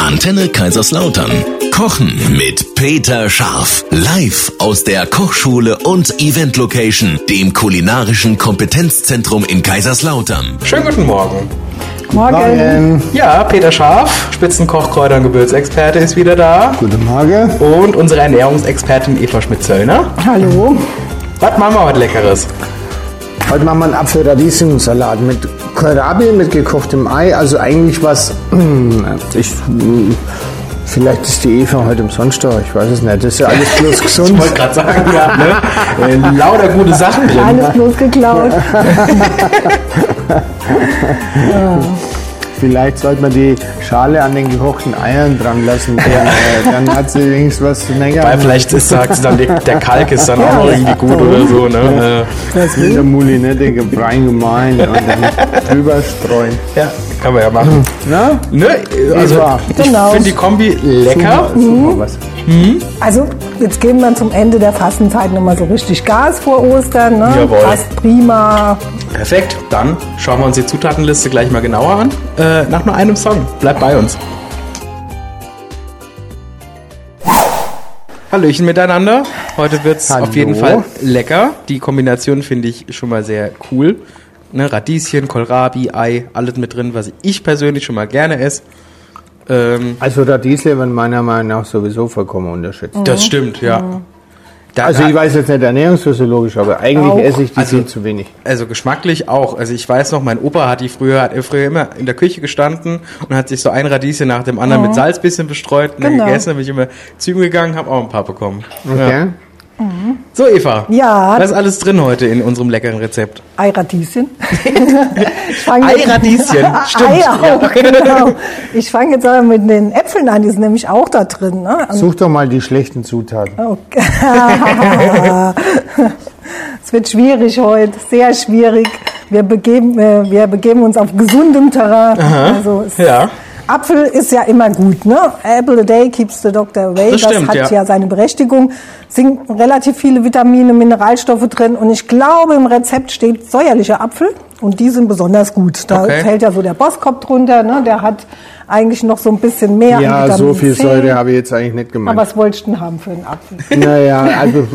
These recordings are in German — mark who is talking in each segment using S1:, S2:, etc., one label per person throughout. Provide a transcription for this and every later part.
S1: Antenne Kaiserslautern. Kochen mit Peter Scharf. Live aus der Kochschule und Event Location, dem kulinarischen Kompetenzzentrum in Kaiserslautern.
S2: Schönen guten Morgen.
S3: Morgen.
S4: Morgen.
S2: Ja, Peter Scharf, Spitzenkoch, Kräuter- und Gewürzexperte, ist wieder da.
S4: Guten Morgen.
S2: Und unsere Ernährungsexpertin Eva Schmidt-Zöllner.
S3: Hallo.
S2: Was machen wir heute Leckeres?
S4: Heute machen wir einen Apfelradieschensalat mit Kohlrabi, mit gekochtem Ei. Also eigentlich was. Ich, vielleicht ist die Eva heute im Sonnenstau, ich weiß es nicht. Das ist ja alles bloß
S2: Ich
S4: gesund.
S2: wollte gerade sagen, wir haben ne? äh, lauter gute Sachen drin.
S3: Alles bloß geklaut.
S4: Vielleicht sollte man die Schale an den gekochten Eiern dran lassen. Dann, äh, dann hat sie wenigstens was länger.
S2: Weil vielleicht ist, sagt sie dann, der der Kalk ist dann auch noch irgendwie gut oder so. Ne?
S4: das mit der Moulinette gebrein gemahlen und dann drüber streuen.
S2: Äh, Ja, kann man ja machen.
S4: Na?
S2: Ne? Also,
S4: Eva.
S2: ich
S3: Genau.
S2: finde die Kombi lecker.
S4: Super, super was.
S3: Also, jetzt geben wir zum Ende der Fastenzeit nochmal so richtig Gas vor Ostern. Ne?
S2: Jawohl.
S3: Passt prima.
S2: Perfekt, dann schauen wir uns die Zutatenliste gleich mal genauer an. Äh, nach nur einem Song. Bleibt bei uns. Hallöchen miteinander. Heute wird es
S4: Hallo.
S2: auf jeden Fall lecker. Die Kombination finde ich schon mal sehr cool. Ne, Radieschen, Kohlrabi, Ei, alles mit drin, was ich persönlich schon mal gerne esse. Ähm,
S4: Also Radiesel werden meiner Meinung nach sowieso vollkommen unterschätzt.
S2: Das stimmt, ja. Da-
S4: Mhm. Also ich weiß jetzt nicht ernährungsphysiologisch, aber eigentlich
S3: Auch.
S4: esse ich die
S2: Also-
S4: viel zu wenig.
S2: Also geschmacklich auch. Also ich weiß noch, mein Opa hat die früher, hat früher immer in der Küche gestanden und hat sich so ein Radieschen nach dem anderen mit Salz bisschen bestreut und
S3: Mhm. Genau.
S2: dann gegessen. Dann bin ich immer zu ihm gegangen, habe auch ein paar bekommen. Ja.
S4: Okay?
S2: So Eva,
S3: Ja.
S2: was ist alles drin heute in unserem leckeren Rezept?
S3: Eiradieschen. Ich fang jetzt-
S2: Eiradieschen, stimmt.
S3: Ei auch, genau. Ich fange jetzt aber mit den Äpfeln an, die sind nämlich auch da drin. Ne? Also,
S4: Such doch mal die schlechten Zutaten.
S3: okay. es wird schwierig heute, sehr schwierig. Wir begeben, äh, wir begeben uns auf gesundem Terrain. Also es
S2: Ja.
S3: Apfel ist ja immer gut, ne? Apple a day keeps the doctor away.
S2: Das stimmt,
S3: hat
S2: ja.
S3: ja. seine Berechtigung. Sind relativ viele Vitamine, Mineralstoffe drin und ich glaube im Rezept steht säuerlicher Apfel und die sind besonders gut. Da
S2: Okay.
S3: fällt ja so der Boskop drunter, ne? Der hat eigentlich noch so ein bisschen mehr. an
S4: Ja, so
S3: Vitamin
S4: viel
S3: C.
S4: Säure habe ich jetzt eigentlich nicht
S3: Aber
S4: gemeint.
S3: was wolltest du denn haben für einen Apfel?
S4: Naja, also,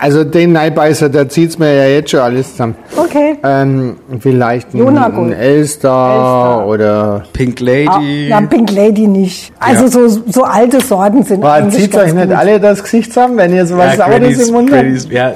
S4: also den Neibeißer, da zieht es mir ja jetzt schon alles zusammen.
S3: Okay.
S4: Ähm, vielleicht ein,
S3: Jonagold.
S4: ein Elster, oder...
S2: Pink Lady.
S3: Ah, Na, Pink Lady nicht. Also
S2: Ja.
S3: so, so alte Sorten sind
S4: Boah,
S3: eigentlich
S4: zieht
S3: ganz
S4: euch nicht
S3: gut.
S4: alle das Gesicht zusammen, wenn ihr sowas Saures
S2: Granny's-
S4: im Mund habt?
S2: Granny's- ja.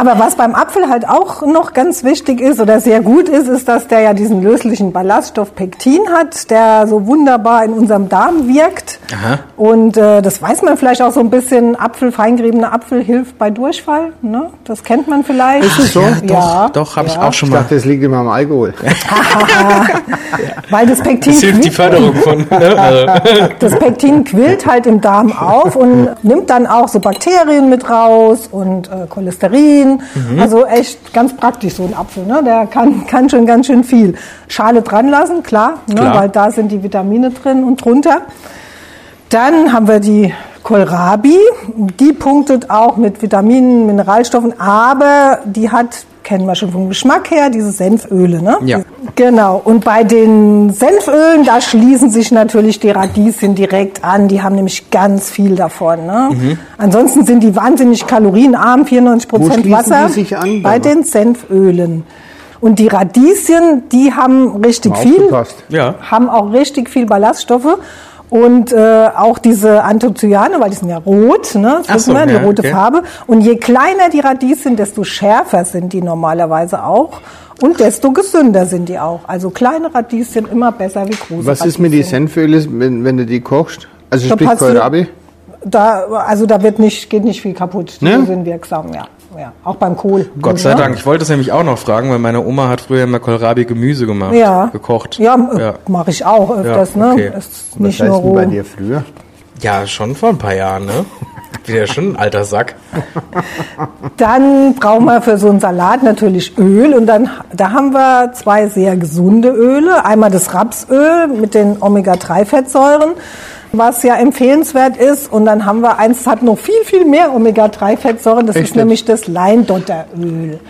S3: Aber was beim Apfel halt auch noch ganz wichtig ist oder sehr gut ist, ist, dass der ja diesen löslichen Ballaststoff Pektin hat, der so wunderbar in unserem Darm wirkt.
S2: Aha.
S3: Und äh, das weiß man vielleicht auch so ein bisschen. Apfel, feingeriebener Apfel hilft bei Durchfall. Ne? Das kennt man vielleicht.
S4: Ist es so?
S2: Ja, doch, doch, habe ich auch schon
S4: Ich
S2: mal.
S4: dachte, das liegt immer am Alkohil.
S3: Weil das Pektin,
S2: Das hilft die
S3: quillt,
S2: Förderung von. Ne? Also,
S3: das Pektin quillt halt im Darm auf und nimmt dann auch so Bakterien mit raus und äh, Cholesterin. Also echt ganz praktisch so ein Apfel. Ne? Der kann, kann schon ganz schön viel. Schale dran lassen, klar, ne?
S2: Klar.
S3: weil da sind die Vitamine drin und drunter. Dann haben wir die Kohlrabi. Die punktet auch mit Vitaminen, Mineralstoffen, aber die hat, kennen wir schon vom Geschmack her, diese Senföle. Ne?
S2: Ja.
S3: Genau. Und bei den Senfölen, da schließen sich natürlich die Radieschen direkt an. Die haben nämlich ganz viel davon. Ne?
S4: Mhm.
S3: Ansonsten sind die wahnsinnig kalorienarm, 94 Prozent
S4: schließen
S3: Wasser
S4: die sich an,
S3: bei
S4: Barbara?
S3: den Senfölen. Und die Radieschen, die haben richtig
S4: Mal
S3: viel
S4: aufgepasst.
S2: Ja.
S3: haben auch richtig viel Ballaststoffe und äh, auch diese Anthocyane, weil die sind ja rot, ne? Das
S2: Ach
S3: wissen
S2: so,
S3: wir, die
S2: ja,
S3: rote
S2: okay.
S3: Farbe. Und je kleiner die Radieschen, desto schärfer sind die normalerweise auch und desto gesünder sind die auch. Also kleine Radieschen immer besser wie große.
S4: Was ist
S3: Radieschen.
S4: mit die Senföle, wenn, wenn du die kochst? Also
S3: Da
S4: sprich
S3: passt die-
S4: Kohlrabi?
S3: Da, also da wird nicht, geht nicht viel kaputt. Die
S4: Ne?
S3: sind wirksam, ja. ja. Auch beim Kohl.
S2: Gott sei
S3: Ja.
S2: Dank. Ich wollte das nämlich auch noch fragen, weil meine Oma hat früher immer Kohlrabi Gemüse gemacht.
S3: Ja.
S2: Gekocht.
S3: Ja, mache ich auch öfters,
S2: Ja, okay.
S3: ne? Ist
S4: Was
S3: nicht
S4: heißt
S3: nur
S4: denn
S3: roh.
S4: bei dir früher?
S2: Ja, schon vor ein paar Jahren, ne? Bin ja schon ein alter Sack.
S3: Dann brauchen wir für so einen Salat natürlich Öl und dann da haben wir zwei sehr gesunde Öle. Einmal das Rapsöl mit den Omega-3-Fettsäuren, was ja empfehlenswert ist. Und dann haben wir eins, das hat noch viel, viel mehr Omega-3-Fettsäuren. Das
S4: Echt
S3: ist
S4: jetzt?
S3: nämlich das Leindotteröl.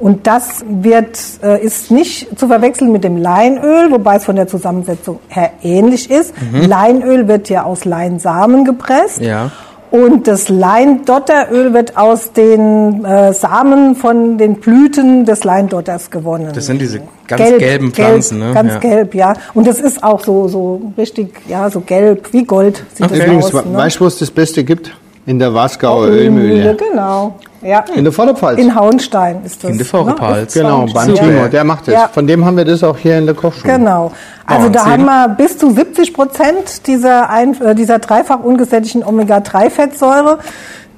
S3: Und das wird, äh, ist nicht zu verwechseln mit dem Leinöl, wobei es von der Zusammensetzung her ähnlich ist. Leinöl wird ja aus Leinsamen gepresst.
S2: Ja.
S3: Und das Leindotteröl wird aus den äh, Samen von den Blüten des Leindotters gewonnen.
S2: Das sind diese ganz gelben Pflanzen, ne?
S3: Ganz
S2: Ja.
S3: gelb, ja. Und das ist auch so, so richtig, ja, so gelb, wie Gold sieht das
S4: Übrigens,
S3: aus.
S4: we-
S3: Ne?
S4: weißt du, wo es das Beste gibt? In der Wasgauer
S3: Oh,
S4: Ölmühle.
S3: Genau, ja.
S4: In der Vorderpfalz.
S3: In Hauenstein ist das. ne?
S2: In der Vorderpfalz.
S3: Ist
S4: Genau,
S3: Hauenstein.
S4: beim
S2: Super.
S4: Timo, der macht das.
S3: Ja.
S4: Von dem haben wir das auch hier in der Kochschule.
S3: Genau. Also da
S2: Wahnsinn.
S3: haben wir bis zu 70 Prozent dieser, ein, äh, dieser dreifach ungesättigten Omega-3-Fettsäure,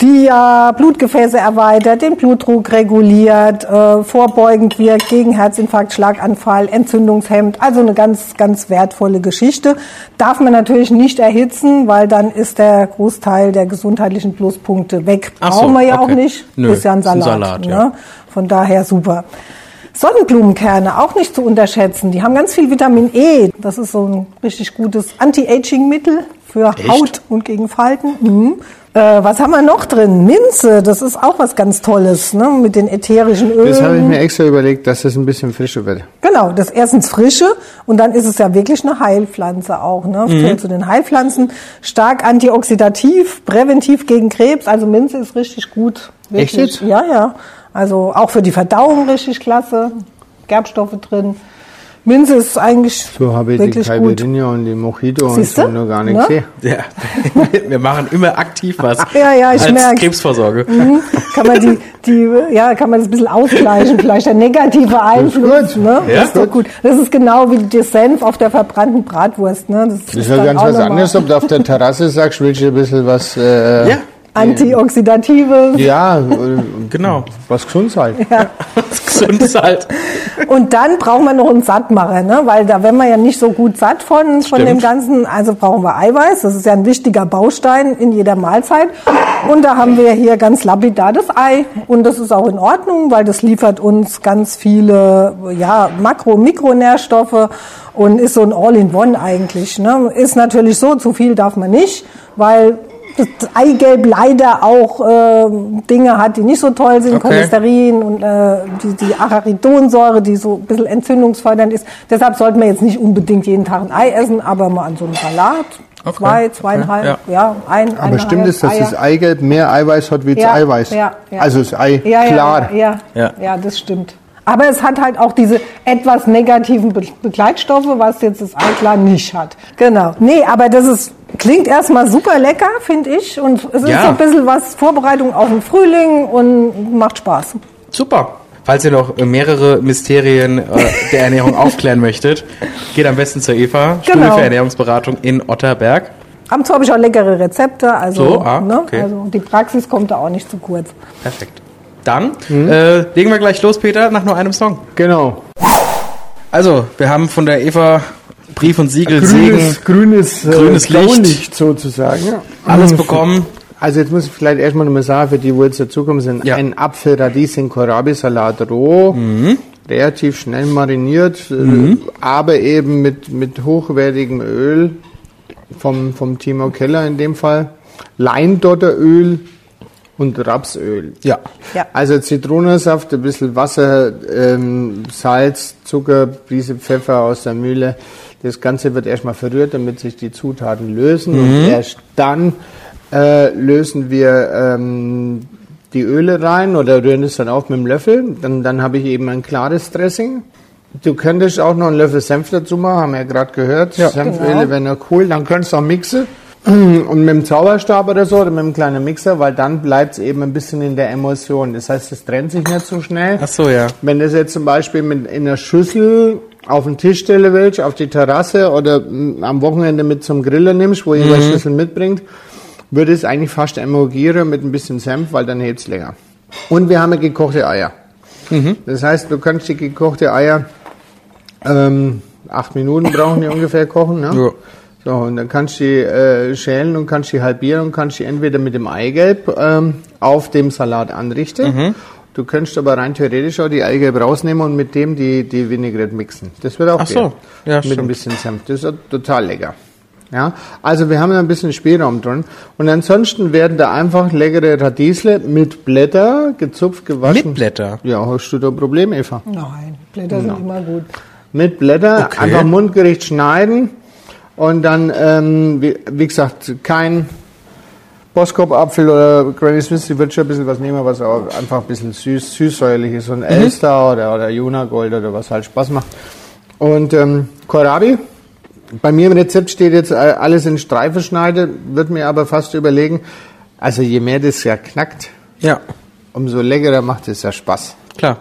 S3: die ja Blutgefäße erweitert, den Blutdruck reguliert, äh, vorbeugend wirkt, gegen Herzinfarkt, Schlaganfall, entzündungshemmend. Also eine ganz, ganz wertvolle Geschichte. Darf man natürlich nicht erhitzen, weil dann ist der Großteil der gesundheitlichen Pluspunkte weg.
S2: Ach so,
S3: Brauchen wir ja
S2: okay.
S3: auch nicht.
S2: Nö,
S3: ist ja ein
S2: ist ein
S3: Salat.
S2: Salat,
S3: ne?
S2: ja.
S3: Von daher super. Sonnenblumenkerne auch nicht zu unterschätzen. Die haben ganz viel Vitamin E. Das ist so ein richtig gutes Anti-Aging-Mittel für Haut und gegen Falten. Mhm. Äh, was haben wir noch drin? Minze, das ist auch was ganz Tolles ne? mit den ätherischen Ölen.
S4: Das habe ich mir extra überlegt, dass das ein bisschen frischer wird.
S3: Genau, das erstens frische und dann ist es ja wirklich eine Heilpflanze auch. Ne?
S4: Mhm.
S3: Zählt zu den Heilpflanzen. Stark antioxidativ, präventiv gegen Krebs. Also Minze ist richtig gut.
S4: Echt jetzt?
S3: Ja, ja. Also auch für die Verdauung richtig klasse. Gerbstoffe drin. Minze ist eigentlich
S4: So habe ich
S3: wirklich
S4: die
S3: gut.
S4: Calvedinia und die Mojito
S3: Siehste?
S4: und so noch gar nicht
S3: Ne?
S4: gesehen.
S2: Ja, wir machen immer aktiv was.
S3: Ja, ja, ich
S2: als
S3: merk's.
S2: Krebsvorsorge.
S3: Mhm. Kann man die, die, ja, kann man das ein bisschen ausgleichen, vielleicht der negative Einfluss.
S4: gut.
S3: Ne?
S2: Ja.
S3: Das ist doch gut. Das ist genau wie der Senf auf der verbrannten Bratwurst. Ne? Das,
S4: Das ist ja
S3: dann
S4: ganz
S3: auch
S4: was
S3: nochmal-
S4: anderes, ob du auf der Terrasse sagst, willst du ein bisschen was, äh,
S2: Ja,
S3: Antioxidative.
S4: ja, äh,
S2: genau.
S4: was gesund halt.
S2: Das Gesundes halt.
S3: Und dann brauchen wir noch einen Sattmacher, ne? weil da werden wir ja nicht so gut satt von, von
S2: Stimmt.
S3: dem Ganzen. Also brauchen wir Eiweiß, das ist ja ein wichtiger Baustein in jeder Mahlzeit. Und da haben wir hier ganz lapidar das Ei. Und das ist auch in Ordnung, weil das liefert uns ganz viele ja, Makro- und Mikronährstoffe und ist so ein All-in-One eigentlich. Ne? Ist natürlich so, zu viel darf man nicht, weil... Das Eigelb leider auch äh, Dinge hat, die nicht so toll sind,
S2: Okay.
S3: Cholesterin. Cholesterin und äh, die, die Acharidonsäure, die so ein bisschen entzündungsfördernd ist. Deshalb sollten wir jetzt nicht unbedingt jeden Tag ein Ei essen, aber mal an so einem Salat.
S2: Okay,
S3: Zwei,
S2: okay,
S3: zweieinhalb,
S2: ja.
S3: ja. ein,
S4: Aber stimmt es, dass das
S3: Eier.
S4: Eigelb mehr Eiweiß hat wie das
S3: Ja,
S4: Eiweiß?
S3: ja, ja.
S4: Also das Ei,
S3: ja,
S4: klar.
S3: Ja, ja,
S2: Ja.
S3: ja, ja, das stimmt. Aber es hat halt auch diese etwas negativen Be Begleitstoffe, was jetzt das Ei klar nicht hat. Genau. Nee, aber das ist, klingt erstmal super lecker, finde ich. Und es
S2: Ja.
S3: ist so ein bisschen was Vorbereitung auf den Frühling und macht Spaß.
S2: Super. Falls ihr noch mehrere Mysterien äh, der Ernährung aufklären möchtet, geht am besten zur Eva, Schule
S3: Genau.
S2: für Ernährungsberatung in Otterberg.
S3: Am Zoo habe ich auch leckere Rezepte, also,
S2: So, ah,
S3: ne?
S2: okay.
S3: also die Praxis kommt da auch nicht zu kurz.
S2: Perfekt. Dann äh, legen wir gleich los, Peter, nach nur einem Song.
S4: Genau.
S2: Also, wir haben von der Eva Brief und Siegel, Segen,
S4: Grünes, grünes, äh,
S2: grünes Licht.
S4: Blaulicht sozusagen. Ja.
S2: alles bekommen.
S4: Also jetzt muss ich vielleicht erstmal nochmal sagen, für die, wo jetzt dazukommen sind,
S2: Ja.
S4: ein Apfel, Radieschen, Kohlrabi-Salat roh,
S2: Mhm.
S4: relativ schnell mariniert, äh, aber eben mit, mit hochwertigem Öl vom, vom Timo Keller in dem Fall, Leindotteröl und Rapsöl.
S2: Ja.
S3: Ja.
S4: Also Zitronensaft, ein bisschen Wasser, ähm, Salz, Zucker, Prise Pfeffer aus der Mühle. Das Ganze wird erstmal verrührt, damit sich die Zutaten lösen. Und erst dann äh, lösen wir ähm, die Öle rein oder rühren es dann auf mit dem Löffel. Dann, dann habe ich eben ein klares Dressing. Du könntest auch noch einen Löffel Senf dazu machen, haben wir ja gerade gehört. Senföle
S3: Genau.
S4: wären ja cool. Dann könntest du auch mixen. Und mit dem Zauberstab oder so oder mit einem kleinen Mixer, weil dann bleibt es eben ein bisschen in der Emulsion. Das heißt, es trennt sich nicht so schnell.
S2: Ach so, ja.
S4: Wenn das jetzt zum Beispiel mit in einer Schüssel auf den Tisch stelle willst, auf die Terrasse oder mm, am Wochenende mit zum Grillen nimmst, wo jeder Schüssel mitbringt, würde es eigentlich fast emulgieren mit ein bisschen Senf, weil dann hält es länger. Und wir haben ja gekochte Eier.
S2: Mhm.
S4: Das heißt, du kannst die gekochte Eier ähm, acht Minuten brauchen die ungefähr kochen, ne?
S2: Ja.
S4: So, und dann kannst du die äh, schälen und kannst die halbieren und kannst die entweder mit dem Eigelb ähm, auf dem Salat anrichten.
S2: Mhm.
S4: Du könntest aber rein theoretisch auch die Eigelb rausnehmen und mit dem die, die Vinaigrette mixen. Das würde auch
S2: Ach
S4: gehen.
S2: so. Ja,
S4: Mit ein
S2: stimmt.
S4: bisschen Senf. Das ist total lecker. Ja, also wir haben da ein bisschen Spielraum drin. Und ansonsten werden da einfach leckere Radiesle mit Blätter gezupft, gewaschen.
S2: Mit Blätter?
S4: Ja, hast du da ein Problem, Eva?
S3: Nein, Blätter sind immer gut.
S4: Mit Blätter,
S2: Okay.
S4: einfach mundgerecht schneiden und dann, ähm, wie, wie gesagt, kein Boskop-Apfel oder Granny Smith, die wird schon ein bisschen was nehmen, was auch einfach ein bisschen süß, süßsäuerlich ist. Und Elster oder, oder Jonagold oder was halt Spaß macht. Und ähm, Kohlrabi, bei mir im Rezept steht jetzt äh, alles in Streifen schneide, wird mir aber fast überlegen, also je mehr das ja knackt,
S2: Ja,
S4: umso leckerer macht es ja Spaß.
S2: klar.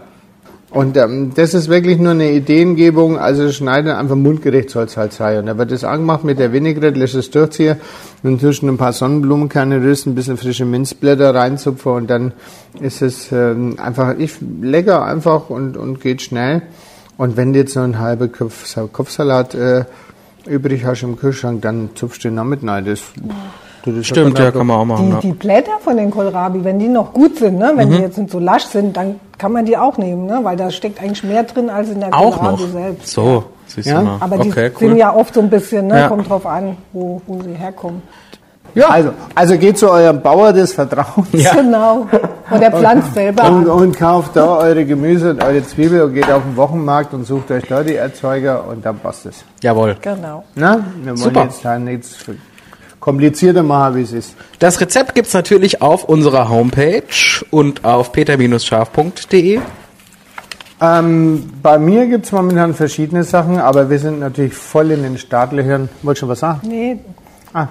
S4: Und ähm, das ist wirklich nur eine Ideengebung, also schneide einfach mundgerecht soll es halt sein. Und da wird es angemacht mit der Vinaigrette, lässt es durchziehen, dann zwischen ein paar Sonnenblumenkerne rüsten, ein bisschen frische Minzblätter reinzupfen und dann ist es ähm, einfach ich, lecker einfach und, und geht schnell. Und wenn du jetzt noch einen halben Kopf, Kopfsalat äh, übrig hast im Kühlschrank, dann zupfst du ihn noch mit rein. Das, das ist
S2: Stimmt, ja, kann man auch machen.
S3: Die,
S2: Ja.
S3: die Blätter von den Kohlrabi, wenn die noch gut sind, ne? wenn
S2: Mhm.
S3: die jetzt nicht so lasch sind, dann kann man die auch nehmen, ne? weil da steckt eigentlich mehr drin als in der
S2: Auch
S3: Kohlrabi
S2: noch.
S3: selbst.
S2: So, siehst
S4: Ja,
S2: du mal.
S3: Aber die
S2: okay,
S3: sind
S2: cool.
S3: ja oft so ein bisschen, ne?
S2: Ja.
S3: kommt drauf an, wo, wo sie herkommen.
S4: Ja. Also, also geht zu eurem Bauer des Vertrauens.
S2: Ja.
S3: Genau. Und der pflanzt selber
S4: Und,
S3: an.
S4: und kauft da eure Gemüse und eure Zwiebel und geht auf den Wochenmarkt und sucht euch da die Erzeuger und dann passt es.
S2: Jawohl.
S3: Genau.
S4: Na, wir wollen
S2: Super.
S4: jetzt da nichts komplizierter machen, wie es ist.
S2: Das Rezept gibt's natürlich auf unserer Homepage und auf peter-scharf.de.
S4: Ähm, bei mir gibt es momentan verschiedene Sachen, aber wir sind natürlich voll in den Startlöchern. Wolltest du schon was sagen?
S3: Nee,
S4: Ah,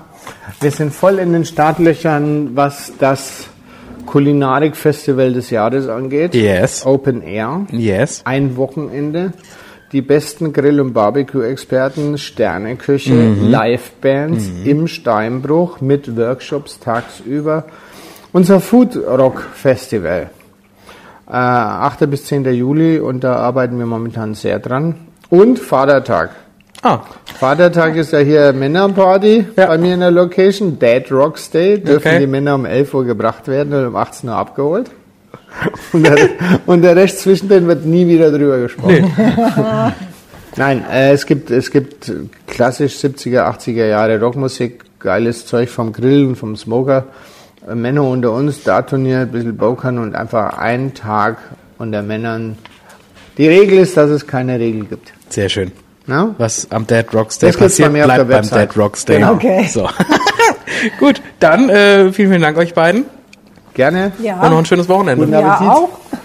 S4: wir sind voll in den Startlöchern, was das Kulinarik-Festival des Jahres angeht.
S2: Yes.
S4: Open Air.
S2: Yes.
S4: ein Wochenende. Die besten Grill- und Barbecue-Experten, Sterneküche, Livebands im Steinbruch mit Workshops tagsüber. Unser Food Rock Festival. Äh, 8. bis 10. Juli und da arbeiten wir momentan sehr dran. Und Vatertag.
S2: Ah,
S4: Vatertag ist ja hier Männerparty bei mir in der Location. Dad Rocks Day. Dürfen
S2: Okay.
S4: die Männer um 11 Uhr gebracht werden und um 18 Uhr abgeholt. Und der, und der Rest zwischen denen wird nie wieder drüber gesprochen. Nein, äh, es, gibt, es gibt klassisch 70er, 80er Jahre Rockmusik, geiles Zeug vom Grill und vom Smoker. Äh, Männer unter uns, Dartturnier, ein bisschen Bokern und einfach einen Tag unter Männern. Die Regel ist, dass es keine Regel gibt.
S2: sehr schön.
S4: Na?
S2: Was am Dead Rocks Day
S4: Das gibt's
S2: passiert,
S4: bei mir auf
S2: bleibt
S4: der
S2: beim
S4: Website.
S2: Dead Rocks Day.
S4: Genau.
S3: Okay.
S2: So. Gut, dann äh, vielen, vielen Dank euch beiden
S4: Gerne.
S3: ja.
S2: und noch ein schönes Wochenende.
S4: Guten
S3: ja,
S4: Appetit.
S3: auch.